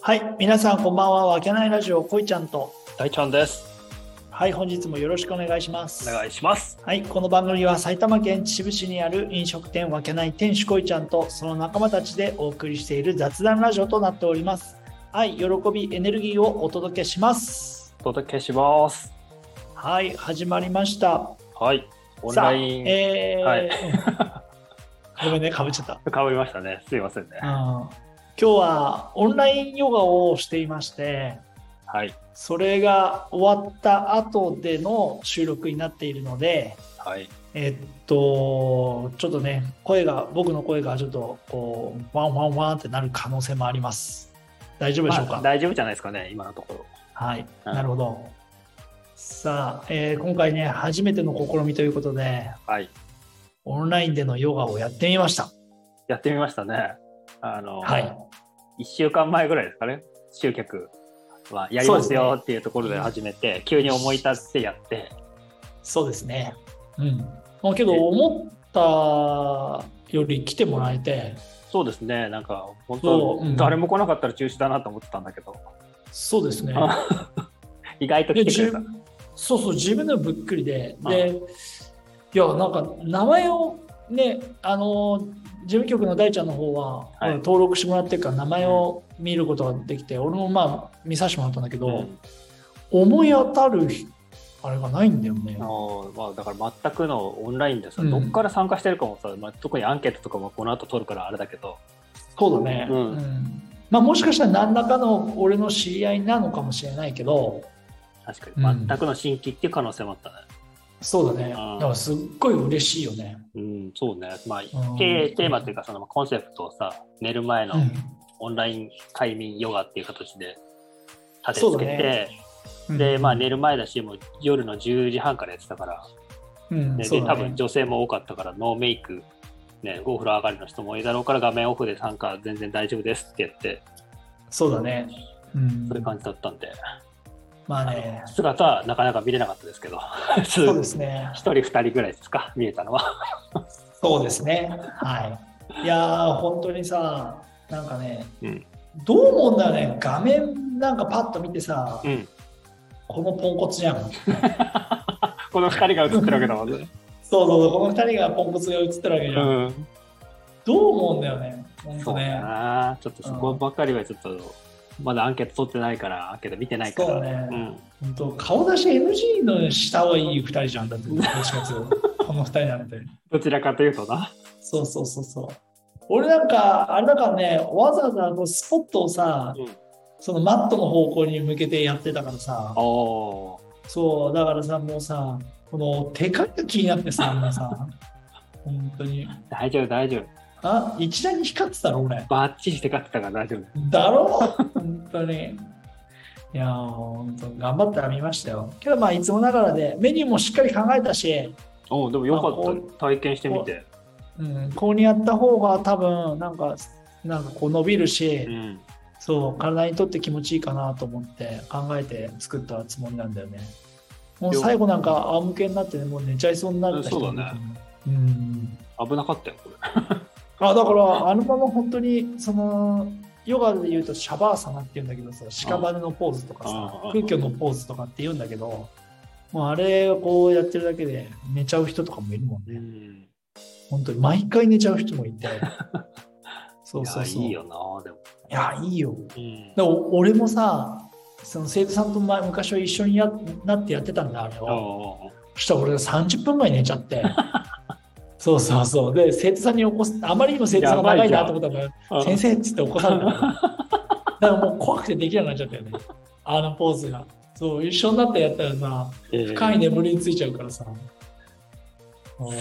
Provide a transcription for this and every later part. はい、皆さんこんばんは。わけないラジオこいちゃんと。大ちゃんです。はい、本日もよろしくお願いします。お願いします。はい、この番組は埼玉県秩父市にある飲食店わけない店主こいちゃんとその仲間たちでお送りしている雑談ラジオとなっております。愛、喜び、エネルギーをお届けします。お届けします。はい、始まりました。はい。オンライン、さあえーは ごめんね、かぶっちゃった。かぶりましたね。すいませんねう。ん今日はオンラインヨガをしていまして、はい。それが終わった後での収録になっているので、はい。えっと、ちょっとね、声が、僕の声がちょっと、こう、ワンワンワンってなる可能性もあります。大丈夫でしょうまあか、大丈夫じゃないですかね、今のところ。はい。うんなるほど。さあ、えー今回ね、初めての試みということで、はい。オンラインでのヨガをやってみました。やってみましたね。あの、はい。 1週間前ぐらいですかね、集客はやりますそうですよねっていうところで始めて、急に思い立ってやって、そうですね。うん。まあ、けど、思ったより来てもらえて、そうですね、なんか、本そ当、ううん誰も来なかったら中止だなと思ってたんだけど、そうですね。あ意外とで来てくれ自た。分そうそう自分でもぶっくりでああでいやなんか名前をねあの事務局の大ちゃんの方は、はい登録してもらってるから名前を見ることができて、俺もまあ見させてもらったんだけど、うん思い当たるあれがないんだよねあ。のまあ、だから全くのオンラインでさ、うんどっから参加してるかもさ、まあ、特にアンケートとかもこの後取るからあれだけど、そうだね、うんまあ、もしかしたら何らかの俺の知り合いなのかもしれないけど確うかんに全くの新規っていう可能性もあったね。そうだねだああからすっごい嬉しいよね。うん、そうね。まあ、うん経営テーマというか、そのまあコンセプトをさ、寝る前のうんオンライン快眠ヨガっていう形で立てつけそうだて、うんで、まあ寝る前だし、もう夜の10時半からやってたから、うんねそうでだ多ね分女性も多かったから、ノーメイク、ね、お風呂上がりの人も多いだろうから、画面オフで参加全然大丈夫ですって言って、そうだね。うんそういう感じだったんで、まあね、姿はなかなか見れなかったですけ ど、一そうですね。人二人ぐらいですか、見えたのは。そうですね。はい。いやー、本当にさ、なんかね、うんどう思うんだろうね、画面なんかパッと見てさ、うん。このポンコツじゃん。そうこの二人が映ってるわけだもん ね。そうそう、この2人がポンコツが映ってるわけじゃん。うん。どう思うんだよね、本そ当うだね。な、ちょっとそこばっかりはちょっと、まだアンケート取ってないから、アンケート見てないから。そうねん、本当顔出し NG のした方がいい2人じゃん、だって、どっちかっていう とこの2人なんて。どちらかというとな。そうそうそうそう。俺なんか、あれだからね、わざわざこうスポットをさ、うんそのマットの方向に向けてやってたからさ、おーそう、だからさ、もうさ、この手かきが気になってさ、もうさ、本当に。大丈夫、大丈夫。あ、一段に光ってたろ、俺。バッチリして勝ってたから大丈夫。だろ本当に。いやー、本当頑張ってはみましたよ。けど、まあ、いつもながらで、メニューもしっかり考えたし、おーでもよかった。体験してみて。うん、こうにやった方が多分、なんか、なんかこう伸びるし、うん。そう、体にとって気持ちいいかなと思って考えて作ったつもりなんだよね。もう最後なんか仰向けになってね、もう寝ちゃいそうになった人そうだね。うん。危なかったよ、これ。あ、だからあのまま本当に、その、ヨガで言うとシャバーサナって言うんだけどさ、屍のポーズとかさうん、空虚のポーズとかって言うんだけど、もうあれをこうやってるだけで寝ちゃう人とかもいるもんうね。ん。本当に毎回寝ちゃう人も いて。そうそうそう。いや、いいよな、でも。いや、いいよ。うん。でお俺もさその生徒さんと前昔は一緒にやなってやってたんだあれをおーそしたら俺が30分前に寝ちゃって そうそうそうで生徒さんに起こすあまりにも生徒さんが長いなと思ったからあー先生っつって起こされた からだからもう怖くてできなくなっちゃったよねあのポーズがそう一緒になってやったらさえー深い眠りについちゃうからさ、うん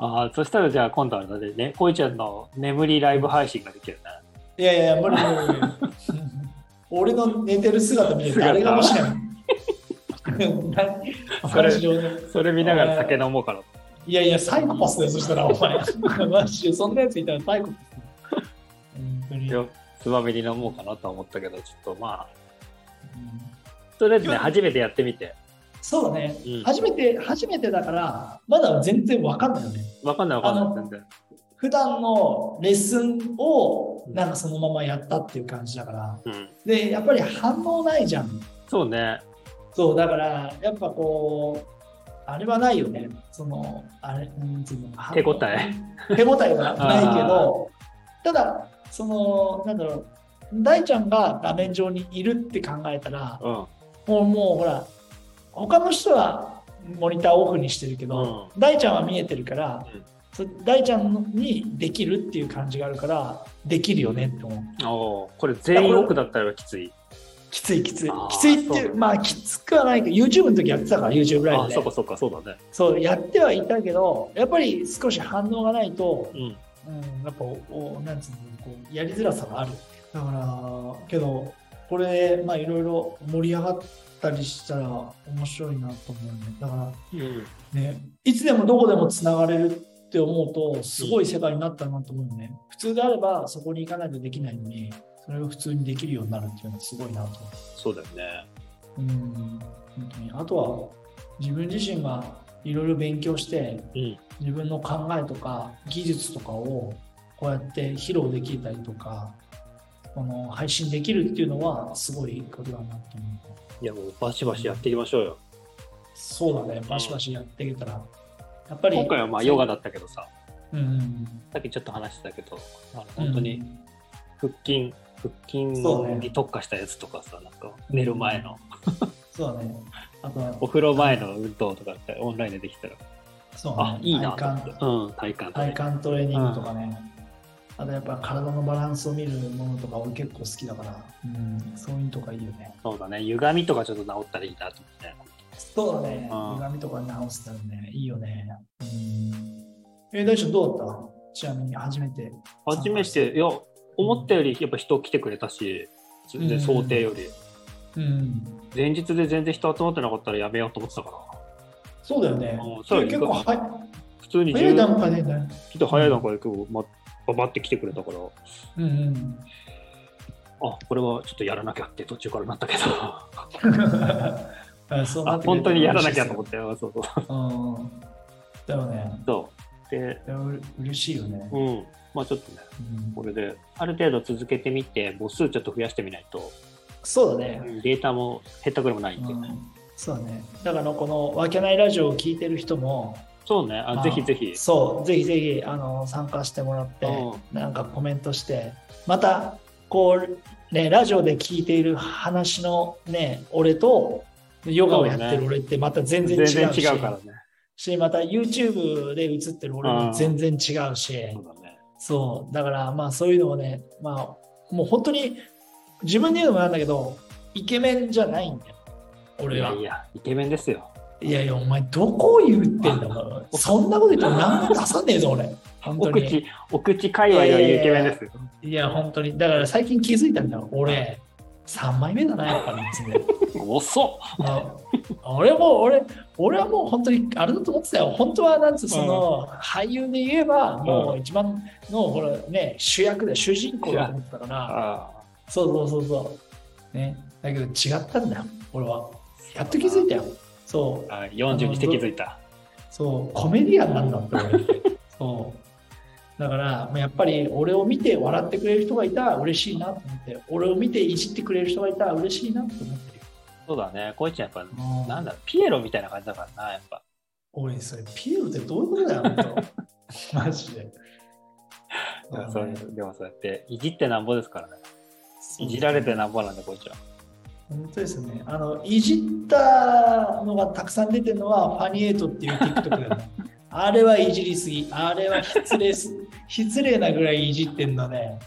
ああ、そしたらじゃあ今度はあれだねね、こいちゃんの眠りライブ配信ができるな。いやいや、無理無理無理。俺の寝てる姿見て誰が面白いの何それマジで俺それ見ながら酒飲もうかな。いやいや、サイコパスだよ、そしたら、お前。マジで、そんなやついたらサイコパスだよ。本当に。よつまみに飲もうかなとは思ったけど、ちょっとまあ、とりあえずね、初めてやってみて。そうだね、うん初めて、初めてだから、まだ全然わかんないよね。わかんないわかんあなのい、全然。普段のレッスンをなんかそのままやったっていう感じだからうん。でやっぱり反応ないじゃんそうね。そうだからやっぱこうあれはないよねそのあれなんていうの手応え 手応えはないけどただそのなんだろう大ちゃんが画面上にいるって考えたらうん。もうもうほら他の人はモニターオフにしてるけど、大ちゃんは見えてるから、うんそ大ちゃんにできるっていう感じがあるからできるよねって思うおお、これ全員奥だったらきつい。きついきついあーきついっていそううだねまあきつくはないけど YouTube の時やってたから YouTube ライあブでそうかそうか、そうだね。そうやってはいたけどやっぱり少し反応がないと、うん。うん、やっぱおなんつうのこうやりづらさがあるだからけどこれまあいろいろ盛り上がったりしたら面白いなと思うねだからうん。ね、いつでもどこでもつながれるって思うとすごい世界になったなと思うよね。普通であればそこに行かないとできないのにそれが普通にできるようになるっていうのはすごいなと思そうだよね。う。うん本当にあとは自分自身がいろいろ勉強してうん。自分の考えとか技術とかをこうやって披露できたりとかこの配信できるっていうのはすごいことだなと思う。いや、もうバシバシやっていきましょうよ。そうだねバシバシやっていけたらやっぱり今回はまあヨガだったけどさ、うんさっきちょっと話してたけど、あのうん本当に腹筋、腹筋そうねに特化したやつとかさ、なんか寝る前の、そうだね。あとは、お風呂前の運動とかってオンラインでできたら、そうだあね、いいなと体思って幹。うん、体幹とね体幹トレーニングとかね。あとやっぱ体のバランスを見るものとか俺結構好きだから、うん、そういうのとかいいよね。そうだね、歪みとかちょっと治ったらいいなと思ってね。そうだねうん、歪みとか直したらね、いいよね。うん、え、大ちゃんどうだったちなみに初めて。初めて、いや、思ったよりやっぱ人来てくれたし、全然想定より。うん。前日で全然人集まってなかったらやめようと思ってたから、そうだよねうん。そう結構はい普通に早い10段階でね。ちょっと早い段階で今日、ま、ババって来てくれたから、うんうん。あ、これはちょっとやらなきゃって途中からなったけど、あ そうなあってくれ本た当らにや嬉らしいなっきすゃよと思って、あそうそううん。だよね。そう。で、いやうれ嬉しいよね。うん、まあちょっとね、うんこれで、ある程度続けてみて、母数ちょっと増やしてみないと、そうだね。データも減ったくれもないんうで、んそうだね。だからこの「わけないラジオ」を聞いてる人も、そうね、あまあぜひぜひ、そう、ぜひぜひあの参加してもらって、うなんかコメントして、またこう、ね、ラジオで聞いている話のね、俺と、ヨガをやってる俺ってまた全然違全うし、然違うからね。しまた YouTube で映ってる俺も全然違うし、そうだね。そう、だからまあそういうのをね、まあもう本当に自分で言うのもなんだけど、イケメンじゃないんだよ、い俺はやい。や、イケメンですよ。いやいや、お前、どこを言ってんだ ろう。そんなこと言っても何も出さねえぞ、俺。本お当に。口、お口界隈よりイケメンですよ。いや、本当に。だから最近気づいたんだよ。俺、3枚目だな、やっぱりいつも。遅っあ俺も、俺、俺はもう本当に、あれだと思ってたよ。本当は、なんつう、その、俳優で言えば、もう一番の、ほら、ね、主役で、主人公だと思ってたから、ああそうそうそうそう。ね。だけど違ったんだよ、俺は。やっと気づいたよ。そう。あ40にして気づいた。そう、コメディアンなんだって思って そう。だから、まあやっぱり俺を見て笑ってくれる人がいたら嬉しいなと思って、俺を見ていじってくれる人がいたら嬉しいなと思ってるよそうだね、こいちゃんやっぱ、うん。なんだろう、ピエロみたいな感じだからな、やっぱ。おい、それ、ピエロってどういうことだよ、 本当マジで。そううんでもそうやって、いじってなんぼですからね。いじられてなんぼなんだ、こいちゃん。本当ですね。あの、いじったのがたくさん出てるのは、ファニエイトっていう TikTok だよ ね。あれはいじりすぎ。あれは失礼す、 失礼なぐらいいじってんだね。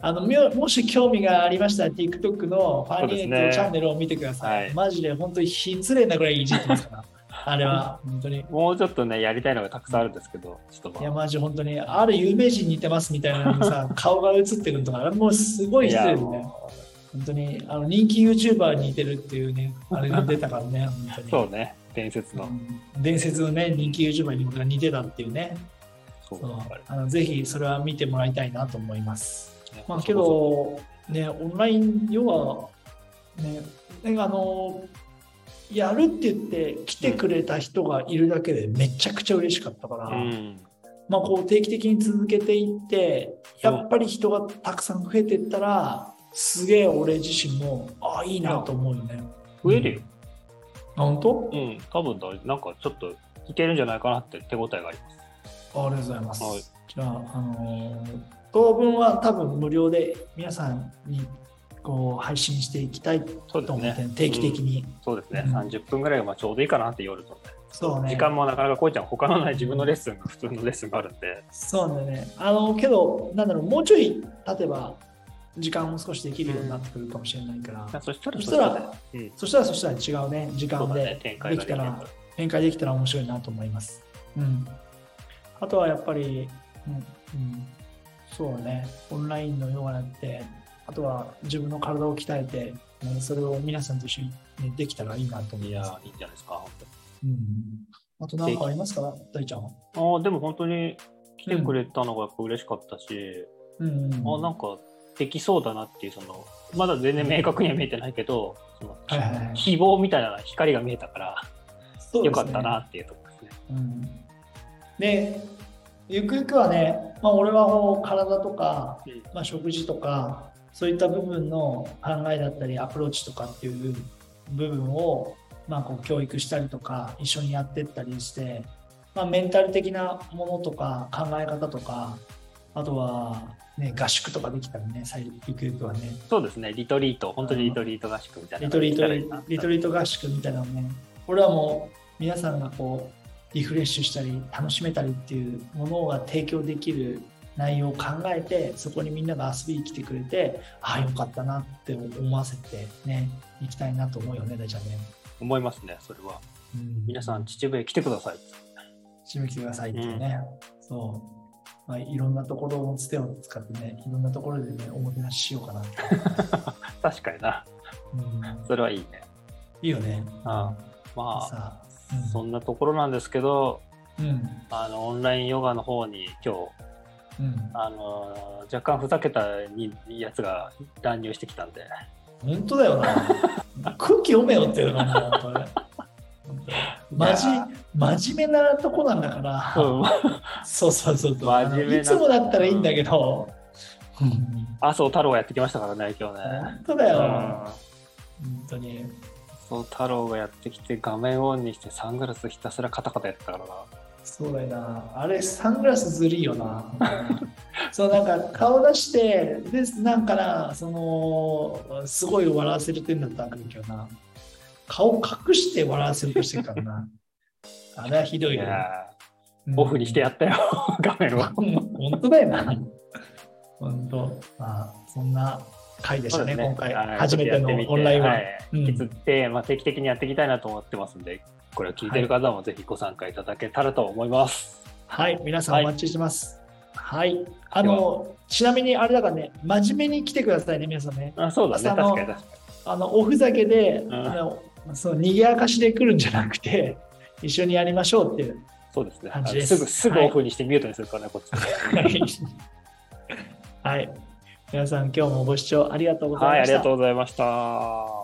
あの、みょもし興味がありましたら、TikTok のファニエイそうでトすチねャンネルを見てください。はいマジで本当に失礼なぐらいいじってますから。あれは、本当に。もうちょっとね、やりたいのがたくさんあるんですけど、ちょいっとまや、あマジ本当に、ある有名人に似てますみたいなのに さ、顔が映ってるのとか、あれもうすごい失礼だよね。も本当にあの人気 YouTuber に似てるっていうね、あれが出たからね、本当うに。そうね、伝説うの。ん伝説のね、人気 YouTuber に僕が似てたっていうね、そうそうやっぱりあのぜひそれは見てもらいたいなと思います。ねまあ、けど、ね、オンライン、要は、ね、なんかあの、やるって言って来てくれた人がいるだけでめちゃくちゃ嬉しかったから、うん、まあ、こう定期的に続けていってやっぱり人がたくさん増えていったらすげえ俺自身もああいいなと思うよね。増えるよ。あ本当うん、多分だ、なんかちょっといけるんじゃないかなって手応えがあります。あありがとうございます。はいじゃあ、あのー当分は多分無料で皆さんにこう配信していきたいそうでとす思っねて、。定期的に。そうですね、うん30分ぐらいがまあちょうどいいかなって夜と、そうね。時間もなかなかこういちゃん、他のない自分のレッスンが普通のレッスンがあるんで、そうだね。あの、けど、なんだろう、もうちょい経てば、時間も少しできるようになってくるかもしれないから、そしたらそしたら、うんそしたら、そしたら違うね、時そう間だでね、展開でがきできたるら、から展開できたら面白いなと思います。うん。あとはやっぱり、うん、うん、そうね、オンラインのヨガやって、あとは自分の体を鍛えて、うんそれを皆さんと一緒に、ね、できたらいいなと思いいやます。ー、いいんじゃないですか、本当にうん。あと何かありますか、大ちゃんは。ああ、でも本当に来てくれたのがやっぱ嬉しかったし、うん、うん。あなんかできそうだなっていう、そのまだ全然明確には見えてないけど、そのはいはいはい希望みたいな光が見えたから、そうでよすねかったなっていうところですね。うんでゆくゆくはね、まあ、俺はこう体とか、うんまあ、食事とかそういった部分の考えだったりアプローチとかっていう部分を、まあ、こう教育したりとか一緒にやってったりして、まあ、メンタル的なものとか考え方とかあとは、ね、合宿とかできたらね最ゆくゆくはねそうですね、リトリート、本当にリトリート合宿みたいリなのがトでリきーたらいいトな。リトリート合宿みたいなのねこれはもう皆さんがこうリフレッシュしたり楽しめたりっていうものが提供できる内容を考えてそこにみんなが遊びに来てくれてああよかったなって思わせてね行きたいなと思うよね大ちゃんね、思いますね、それは。うん皆さん、秩父へ来てください。締め切ってくださいっていうね、そう、まあ、いろんなところのつてを使ってねいろんなところでねおもてなししようかなって、確かにな、うん、それはいいね。いいよねあまあ、さあそうんなところなんですけど、うんあのオンラインヨガの方に今日うんあの若干ふざけたにやつが乱入してきたんで、本当だよな空気読めよっていうのがな本当ねまじいや真面目なとこなんだから、そうそうそうそう真面目ないつもだったらいいんだけど、うん 麻生太郎がやってきましたからね、今日ね。本当だうよ、ん本当に麻生太郎がやってきて、画面オンにして、サングラスひたすらカタカタやってたからな。そうだよなあれサングラスずるいよなそうなんか顔出してでなんかなそのすごい笑わせるってんだったんだけどな顔隠して笑わせようとしてるからなあれはひどいいよ、やうんーオフにしてやったよ、 画面を。本当だよな。本当。まあ、そんな回でしたね、今回。はい初めてのやってみオンラインは。いうん引きつって、まあ、定期的にやっていきたいなと思ってますんで、これを聞いてる方もぜひご参加いただけたらと思います。はい、皆さんお待ちしてます。はい。あの、ちなみにあれだからね、真面目に来てくださいね、皆さんね。あそうだね、朝の確かに確かあの、おふざけで、んあのその、賑やかしで来るんじゃなくて、一緒にやりましょうって いう。に。そうですね。あ感のじですすぐ、すぐはいオフにしてミュートにするからね、こっち。はい。皆さん、今日もご視聴ありがとうござはいい、まあしりた。がとうございました。